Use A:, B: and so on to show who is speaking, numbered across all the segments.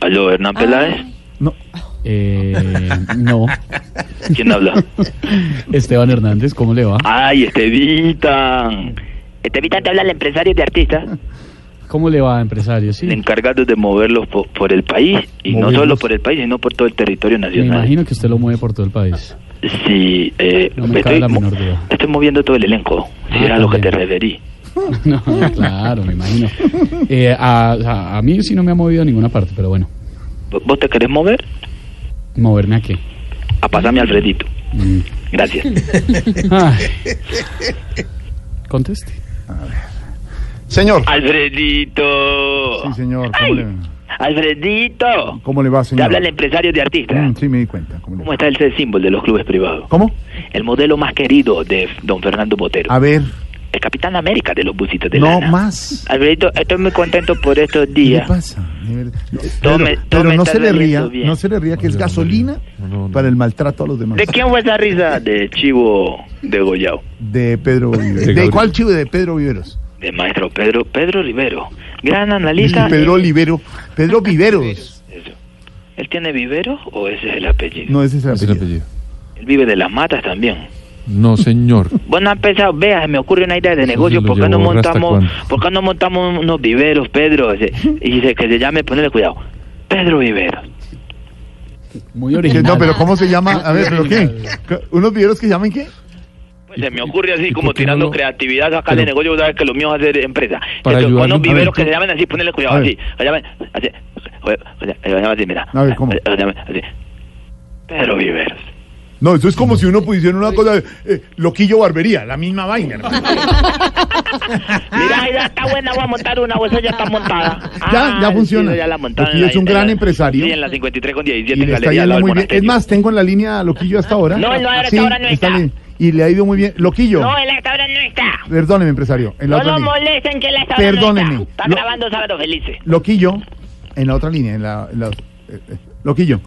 A: Aló, Hernán Peláez.
B: No. Eh, no.
A: ¿Quién habla?
B: Esteban Hernández, ¿cómo le va?
A: Ay, Estevitan. Estevitan te habla el empresario de artistas.
B: ¿Cómo le va, empresario? Sí.
A: El encargado de moverlos po- por el país. Y no
B: Moverlos.
A: solo por el país, sino por todo el territorio
B: Me
A: nacional.
B: imagino que usted lo mueve por todo el país.
A: Sí, eh,
B: No me cabe
A: estoy,
B: la
A: mo-
B: menor duda.
A: estoy moviendo todo el elenco. Si
B: Ah,
A: era a lo que te
B: también.
A: referí.
B: No, claro, me imagino. Eh, a, a- a mí sí no me ha movido a ninguna parte, pero bueno.
A: ¿Vo- ¿Vos te querés mover?
B: ¿Moverme a qué?
A: A pasarme Alfredito.
B: Mm.
A: Gracias.
B: Ay. Conteste.
C: Señor.
A: Alfredito.
C: Sí, señor.
A: Ay.
C: ¿Cómo, le,
A: Alfredito.
C: cómo le va,
A: Te
C: señor?
A: habla el empresario de artistas.
C: Mm, sí, me di cuenta. ¿Cómo, le
A: ¿Cómo
C: va?
A: está el ser símbolo de los clubes privados?
C: ¿Cómo?
A: El modelo más querido de don Fernando Botero.
C: A ver,
A: el Capitán América de los busitos de
C: Ah. no
A: lana.
C: más.
A: Alfredito, estoy muy contento por estos
C: ¿Qué le
A: días.
C: pasa? De verdad. No,
A: Tome-
C: Pedro,
A: tome
C: pero no
A: esta
C: se le ría,
A: leyendo bien.
C: no se le ría que es gasolina para el maltrato a los demás.
A: ¿De quién fue esa risa? De Chivo Degollado.
C: De Pedro Viveros. ¿De, cuál chivo de Pedro Viveros?
A: De maestro Pedro Pedro Rivero. Gran
C: Sí,
A: analista.
C: Pedro Olivero. Pedro Viveros.
A: Eso. ¿Él tiene vivero o ese es el apellido?
C: No, ese es el
D: Es el
C: apellido.
D: apellido.
A: Él vive de las matas también.
D: No, señor.
A: Vos no has pensado, vea, se me ocurre una idea de negocio,
D: lo
A: ¿por qué no
D: llevó
A: montamos,
D: Rastacuán.
A: por qué no montamos unos viveros, Pedro? Ese- Y dice que se llame, ponele cuidado, Pedro Viveros.
B: Muy
C: Sí,
B: original.
C: No, pero ¿cómo se llama? A ver, ¿pero qué? ¿Unos viveros que llaman qué?
A: Pues se me ocurre así,
D: y
A: como
D: por qué no
A: tirando
D: lo-
A: creatividad, sacarle
D: pero-
A: negocio, vos sabes que lo mío es hacer empresa.
D: Para
A: Entonces,
D: ayudarlo-
A: unos
D: a ver,
A: viveros que
D: ¿cómo?
A: se llamen así, ponele cuidado,
C: A ver.
A: así. Se llamen así. o- o- se llaman así, mira.
C: A ver, ¿cómo?
A: Se llaman así. Pedro Viveros.
C: No, eso es como si uno pusiera una cosa de eh, loquillo barbería, la misma vaina. hermano.
A: Mira, ya está buena, voy a montar una, o esa ya está montada.
C: Ya, ya
A: sí,
C: funciona.
A: ya la montaron.
C: Loquillo
A: en la-
C: es un
A: en
C: gran
A: la-
C: empresario.
A: Sí, en la 53 con 17
C: Y
A: en
C: le está
A: Galería
C: yendo
A: al
C: muy bien.
A: Monasterio.
C: Es más, tengo en la línea a Loquillo hasta ahora.
A: No, no, ahora- ahora no está.
C: li- Y le ha ido muy bien. Loquillo,
A: No, en la esta hora no está.
C: perdóneme, empresario. En la
A: No
C: otra
A: lo
C: línea.
A: molesten que en la esta hora
C: Perdóneme.
A: no está. Está
C: Lo-
A: grabando Sábado Felices.
C: Loquillo, en la otra línea. En la, en la- eh, eh, Loquillo.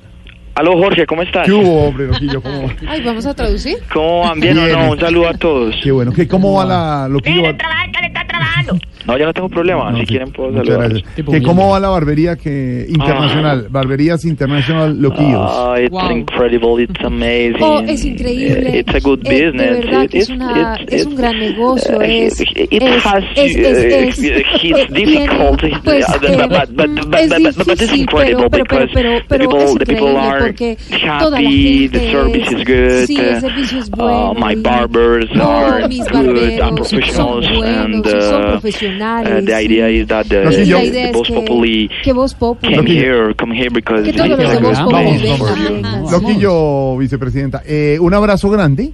A: Aló, Jorge, ¿cómo estás?
C: ¿Qué hubo, hombre, Loquillo? ¿Cómo, va?
E: Ay, vamos a traducir.
A: ¿Cómo van? ¿Bien o
C: Bien.
A: no? Un saludo a todos.
C: qué bueno. ¿Qué, ¿Cómo va la Loquillo?
A: Quieren trabajar, que le está trabajando. No, yo no tengo problema.
C: No,
A: Ah, si
C: sí,
A: quieren, puedo
C: muchas
A: saludar.
C: gracias.
B: Tipo
C: ¿Qué,
B: muy
C: ¿Cómo
B: bien.
C: va la barbería que internacional? Barberías International Loquillos.
A: Ah, it's
E: Wow.
A: incredible, it's amazing.
E: Oh, es increíble.
A: Eh, It's a good
E: Eh, de
A: business.
E: verdad
A: It-
E: que es
A: it-
E: una-
A: it-
E: es
A: it-
E: un gran negocio,
A: eh,
E: es-
A: It
E: es-
A: has
E: es- es-
A: eh,
E: es.
A: It's difficult.
E: Tiene- pues,
A: but,
E: eh,
A: but, but, but,
E: mm,
A: but,
E: es
A: but, but, but it's
E: difícil,
A: incredible
E: pero- pero-
A: because
E: pero- pero
A: the people,
E: es
A: the people
E: increíble
A: are
E: porque toda la
A: happy, the
E: gente
A: service
E: es-
A: is good.
E: sí, el
A: uh,
E: servicio es
A: uh,
E: bueno
A: my
E: y-
A: barbers
E: No,
A: are
E: mis
A: good, are
E: barberos son
A: professionals, and
E: buenos y son
A: uh,
E: profesionales,
A: uh, the idea
E: sí.
A: is that uh, the,
C: No, sí,
E: Y
C: yo-
E: la idea
A: the
E: es
A: Voz
E: que-
A: Populi
E: que vos Populi.
A: Come
C: Loquillo.
A: here, come here because
E: Que todos
A: it's
E: los
A: a
E: de
A: good
E: Voz Populi
A: place
B: Vamos,
A: for
B: vamos.
A: you.
E: vengan.
B: Vamos.
C: Loquillo, vicepresidenta. eh, un abrazo grande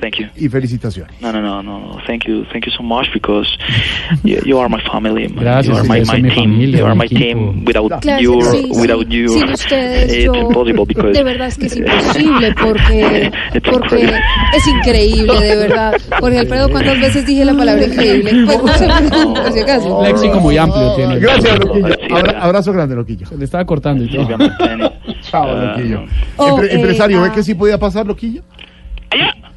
A: Thank you.
C: y felicitaciones.
A: No, no, no, no. Thank you, thank you so much because you, you are my family. my-
B: Gracias,
A: you are my, my
B: ustedes son mi
A: team.
B: familia,
A: you are
B: mi
A: my team.
B: equipo.
A: Without
E: Claro,
A: you,
E: sí, sí.
A: without you,
E: Sin ustedes,
A: it's
E: yo-
A: impossible because
E: De verdad es que es imposible porque,
A: It's
E: porque
A: incredible.
E: es increíble, de verdad. Porque Alfredo, ¿cuántas veces dije la palabra increíble? Pues no sé, por si acaso.
B: Léxico muy amplio tiene.
C: Gracias, Loquillo.
A: Sí,
C: Abra-
A: ya.
C: abrazo grande, Loquillo.
B: Se le estaba cortando y todo.
A: I'm a tennis.
C: Chao,
A: Ah.
C: Loquillo.
E: Oh,
C: Empre-
E: eh,
C: empresario, ¿ve
E: ah.
C: que sí podía pasar, Loquillo?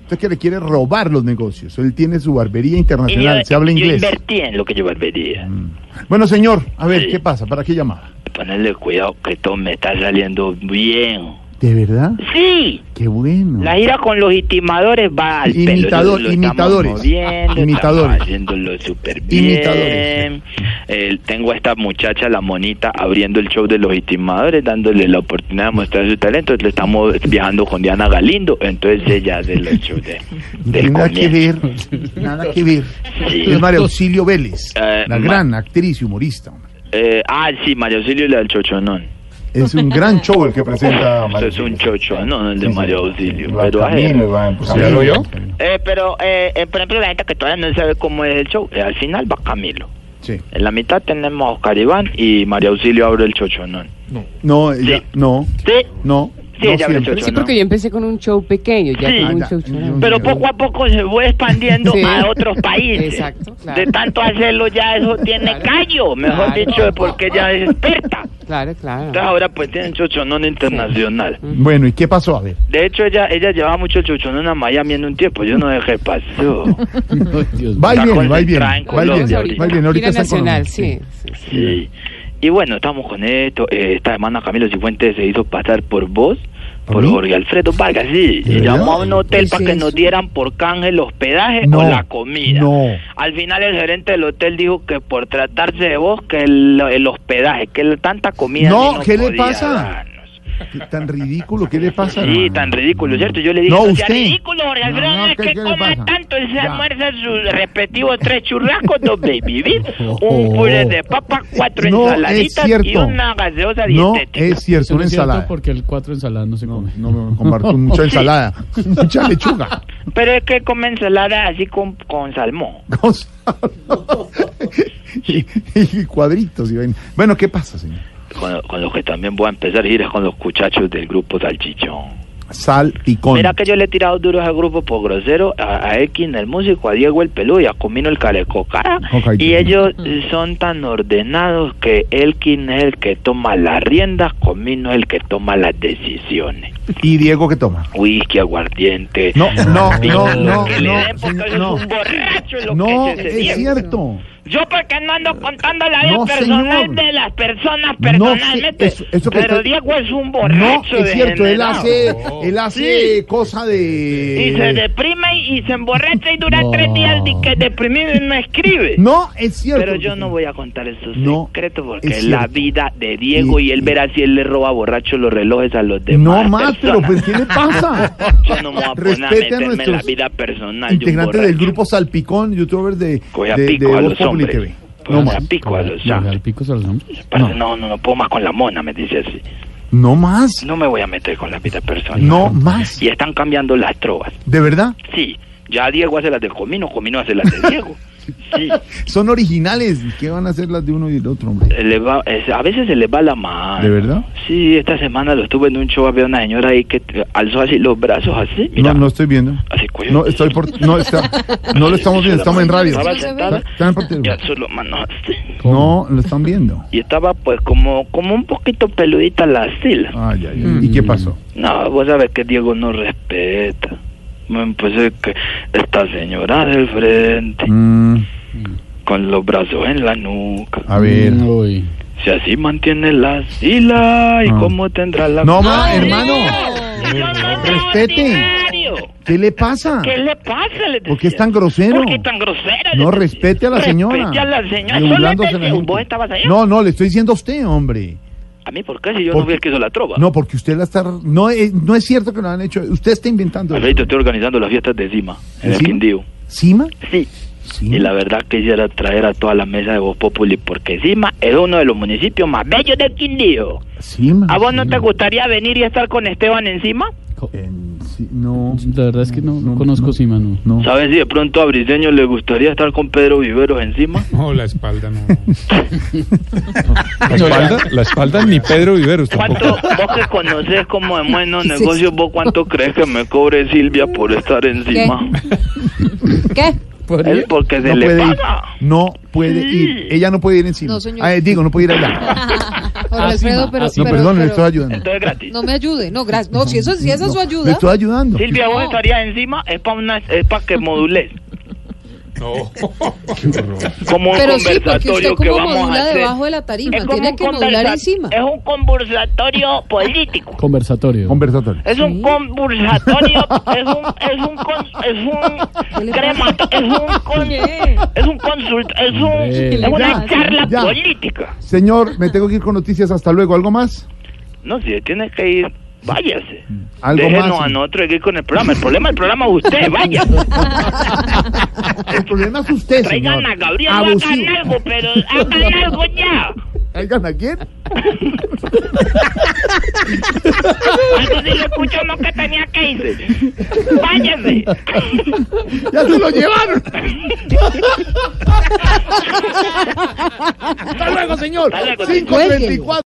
C: Usted que le quiere robar los negocios. Él tiene su barbería
A: Y yo,
C: internacional, se habla
A: yo
C: inglés.
A: invertí en lo que yo barbería.
B: Mm.
C: Bueno, señor, a ver, ¿qué pasa? ¿Para qué llamaba?
A: Ponerle cuidado que todo me está saliendo bien.
C: ¿De verdad?
A: Sí,
C: Qué bueno.
A: la gira con los estimadores va al pelo.
C: Mm. Imitador-
A: Lo estamos
C: imitadores.
A: moviendo,
C: Imitadores.
A: estamos haciéndolo súper bien.
C: Imitadores.
A: Eh, tengo a esta muchacha, la monita, abriendo el show de los estimadores, dándole la oportunidad de mostrar su talento. Le estamos viajando con Diana Galindo, entonces ella hace los shows de, del
C: Nada que
A: comienzo.
C: ver, nada que ver.
A: Sí.
C: Es María Auxilio Vélez,
A: Eh,
C: la
A: ma-
C: gran actriz y humorista. hombre.
A: Eh, ah, sí, Mario Auxilio y la del Chochonón.
C: Es un gran show el que presenta
A: Esto
C: María
A: es un Chochonón, el de Mario Auxilio. Pero, ah, eh,
C: Auxilio.
A: Eh, pero, eh, eh, por ejemplo, la gente que todavía no sabe cómo es el show, eh, al final va Camilo.
C: Sí.
A: En la mitad tenemos a Oscar Iván y María Auxilio abre el chochonón.
C: No, ella,
A: Sí.
C: no,
A: Sí,
C: no.
A: Sí,
C: no
A: ella habrá
C: siempre.
A: hecho
D: Sí, porque yo empecé con un show pequeño, ya
A: Sí.
D: tengo un
C: Ah,
D: show
C: ya.
D: grande.
A: pero poco a poco se fue expandiendo
D: Sí.
A: a otros países.
D: Exacto, claro.
A: De tanto hacerlo ya eso tiene
D: Claro.
A: callo, mejor
D: Claro.
A: dicho, porque ya es experta.
D: Claro,
A: Entonces
D: claro.
A: ahora pues tienen chochonón internacional.
C: Bueno, ¿y qué pasó? A ver.
A: De hecho ella ella llevaba mucho el chochonón a Miami en un tiempo, yo no sé qué pasó.
B: Dios
C: Va y
A: Está
C: viene, va y viene.
A: concentrada en
C: Va y viene,
A: Colombia
C: va y viene. pues, Ahorita
D: Gira
C: está en Colombia.
D: nacional, sí. sí, sí.
A: Sí. Y bueno, estamos con esto. Eh, esta semana Camilo Cifuentes se hizo pasar por vos, por
C: mí?
A: Jorge Alfredo Vargas, sí.
C: ¿De
A: Y llamó a
C: verdad?
A: un hotel
D: ¿Qué
A: para
D: es
A: que
D: eso?
A: nos dieran por canje el hospedaje
C: No,
A: o la comida.
C: no.
A: Al final el gerente del hotel dijo que por tratarse de vos, que el, el hospedaje, que la- tanta comida...
C: No,
A: ni nos
C: ¿qué le
A: podía
C: pasa?
A: darnos.
C: Qué Tan ridículo, ¿qué le pasa?
A: Sí,
C: hermano?
A: tan ridículo, ¿cierto? Yo le dije,
C: No,
A: no, sea
C: usted.
A: ridículo, Jorge
C: No,
A: Alfredo,
C: no,
A: es
C: ¿qué-
A: que
C: qué le
A: coma
C: pasa?
A: tanto, él se
C: Ya.
A: almuerza sus respectivos tres churrascos, dos baby beef,
C: Oh.
A: un puré de papa, cuatro
C: No, es
A: ensaladitas y
C: cierto.
A: una gaseosa
C: No,
A: dietética.
C: es
B: Eso
C: cierto,
B: no
C: una
B: es cierto
C: ensalada.
B: porque el cuatro ensaladas no se come.
C: No me comparto mucha ensalada, mucha lechuga.
A: Pero es que come ensalada así con, con salmón.
C: Con sal. y, y cuadritos. Y vaina. bueno, ¿qué pasa, señor?
A: Con, con los que también voy a empezar a ir es con los cuchachos del grupo Salchichón.
C: Sal, picón.
A: Mira que yo le he tirado duro a ese grupo por grosero, a, a Ekin el músico, a Diego el peludo y a Comino el calecocara.
C: Ok,
A: y
C: Dios mío.
A: ellos son tan ordenados que Elkin es el que toma las riendas, Comino es el que toma las decisiones.
C: ¿Y Diego qué toma?
A: Whisky, aguardiente.
C: No, no,
A: vino,
C: no,
A: lo
C: no,
A: que le
C: no,
A: den, porque
C: señor,
A: eso es
C: no.
A: un borracho lo
C: No,
A: que se- se
C: es
A: siente.
C: cierto.
A: Yo porque no ando contando la vida
C: No,
A: personal
C: señor.
A: de las personas
C: No, sí,
A: personalmente.
C: eso- eso que
A: pero
C: usted-
A: Diego es un
C: No,
A: borracho.
C: es cierto, él
A: degenerado.
C: hace, él hace
A: Sí.
C: cosa
A: Y se
C: de...
A: deprime y se emborracha y dura
B: No.
A: tres días de que deprimido y no escribe.
C: No, es cierto.
A: Pero yo no voy a contar estos
C: No,
A: secretos porque
C: es
A: es la
C: cierto.
A: vida de Diego y,
C: Y-
A: él verá si él le roba borracho los relojes a los demás.
C: No más, pero
A: personas.
C: pues, ¿qué le pasa?
A: Yo no me voy a poner a
C: Respete a
A: meterme en la
C: nuestros
A: vida personal. de un
C: Integrante del
A: borracho.
C: grupo Salpicón, youtuber de,
A: Coge a
C: de,
A: pico
C: de
A: a
C: Voz
A: los
C: Populi
A: hombres.
C: TV.
A: Coge
C: No
A: a
C: más.
A: pico a los
B: Los
A: hombres.
B: picos a los hombres.
A: Parce, No, no, no puedo más con la mona, me dice así.
C: No más.
A: No me voy a meter con la vida personal.
C: No más.
A: Y están cambiando las trovas.
C: ¿De verdad?
A: Sí, ya Diego hace las del Comino, Comino hace las de Diego. Sí.
C: Son originales. ¿Qué van a hacer las de uno y el otro, hombre?
A: le va- es- a veces se le va la mano.
C: ¿De verdad?
A: Sí, esta semana lo estuve en un show, había una señora ahí que eh, alzó así los brazos así, mira,
C: No, no estoy viendo.
A: así cuello.
C: No, estoy por, no, está, no lo estamos viendo, estamos en radio.
A: Estaba sentada
C: Están por
A: y
C: teléfono.
A: alzó las manos así.
C: No, lo están viendo.
A: Y estaba pues como, como un poquito peludita la sila.
C: Ay, ay, ay.
A: Mm.
C: ¿Y qué pasó?
A: No, vos sabés que Diego no respeta. Bueno, pues es que esta señora del frente,
C: Mm,
A: con los brazos en la nuca,
C: a ver.
B: Uy.
A: si así mantiene la sila, ¿y
C: Ah.
A: cómo tendrá la
C: No, ma,
A: ¡Ay,
C: hermano.
A: no! Yo no soy
C: Respete.
A: ordinario.
C: ¿Qué le pasa?
A: ¿Qué le pasa? Le
C: Ah. ¿Por qué
A: decía.
C: es tan grosero?
A: ¿Por qué tan grosero?
C: No,
A: Le decía.
C: respete a la señora.
A: Respete a la señora.
C: Y
A: Solo
C: burlándose
A: es
C: de la
A: de
C: gente.
A: vos estabas allá.
C: No, no, le estoy diciendo a usted, hombre.
A: ¿A mí por qué? Si yo
C: Por-
A: no fui el que hizo la trova.
C: No, porque usted la está... No es, no es cierto que lo han hecho. Usted está inventando.
A: Alfredito, estoy organizando las fiestas de Cima, en el
C: ¿Encima?
A: Quindío.
C: ¿Cima?
A: Sí.
C: ¿Cima?
A: Y la verdad quisiera traer a toda la mesa de Voz Populi, porque Cima es uno de los municipios más bellos del Quindío.
C: ¿Cima?
A: ¿A vos no te
C: Cima.
A: gustaría venir y estar con Esteban encima?
C: En- sí, no.
B: La verdad es que no,
C: No,
B: conozco
C: no.
B: Sima, no.
C: No.
A: ¿Sabes si de pronto a Briseño le gustaría estar con Pedro Viveros encima?
F: No, la espalda no.
G: La espalda, la espalda ni Pedro Viveros
A: ¿Cuánto,
G: tampoco.
A: vos que conocés como de buenos
E: Sí, sí.
A: negocios, vos cuánto crees que me cobre Silvia por estar encima?
E: ¿Qué?
A: Es porque se
C: No
A: le
C: puede ir.
A: paga.
C: No puede ir. Ella no puede ir encima.
E: No, señor.
C: Ah, eh, digo, no puede ir allá.
E: Jorge Alfredo,
B: Asima,
E: pero,
C: No,
B: asima.
E: pero-
C: perdón, le
E: pero-
C: estoy ayudando.
A: Entonces es gratis.
E: No me ayude, no, gracias. No, si eso, si esa es su
C: Le
E: ayuda.
C: estoy ayudando.
A: Silvia, vos
E: No.
A: estarías encima, es para una, es para que modules. Como un
E: Pero sí, porque usted
A: conversatorio que
E: como
A: vamos a
E: modula
A: hacer.
E: debajo de la tarima,
A: Es como
E: tiene
A: un
E: que modular
A: conversa-
E: encima.
A: Es un conversatorio político.
B: Conversatorio.
C: Conversatorio.
A: Es un conversatorio, es un, es un, con- es
E: ¿Qué
A: un,
E: le
A: crema, es un, con-
E: ¿Qué?
A: es un consult, es un,
B: Hombre.
A: es una
C: Ya,
A: charla
C: ya.
A: política.
C: Señor, me tengo que ir con noticias. Hasta luego. ¿Algo más?
A: No, si tiene que ir, váyase.
C: Algo
A: Déjenos
C: más.
A: a nosotros ir con el programa. El problema del programa es usted, vaya.
C: El problema es usted, Ah, pues señor.
A: Traigan a Gabriel,
C: Abusivo.
A: hagan algo, pero hagan algo ya.
C: ¿Oigan a quién?
A: Eso sí le escucho lo que tenía que irse. Váyase.
C: ¡Ya se lo llevaron! ¡Hasta luego, señor!
A: Hasta luego, señor.
C: 534.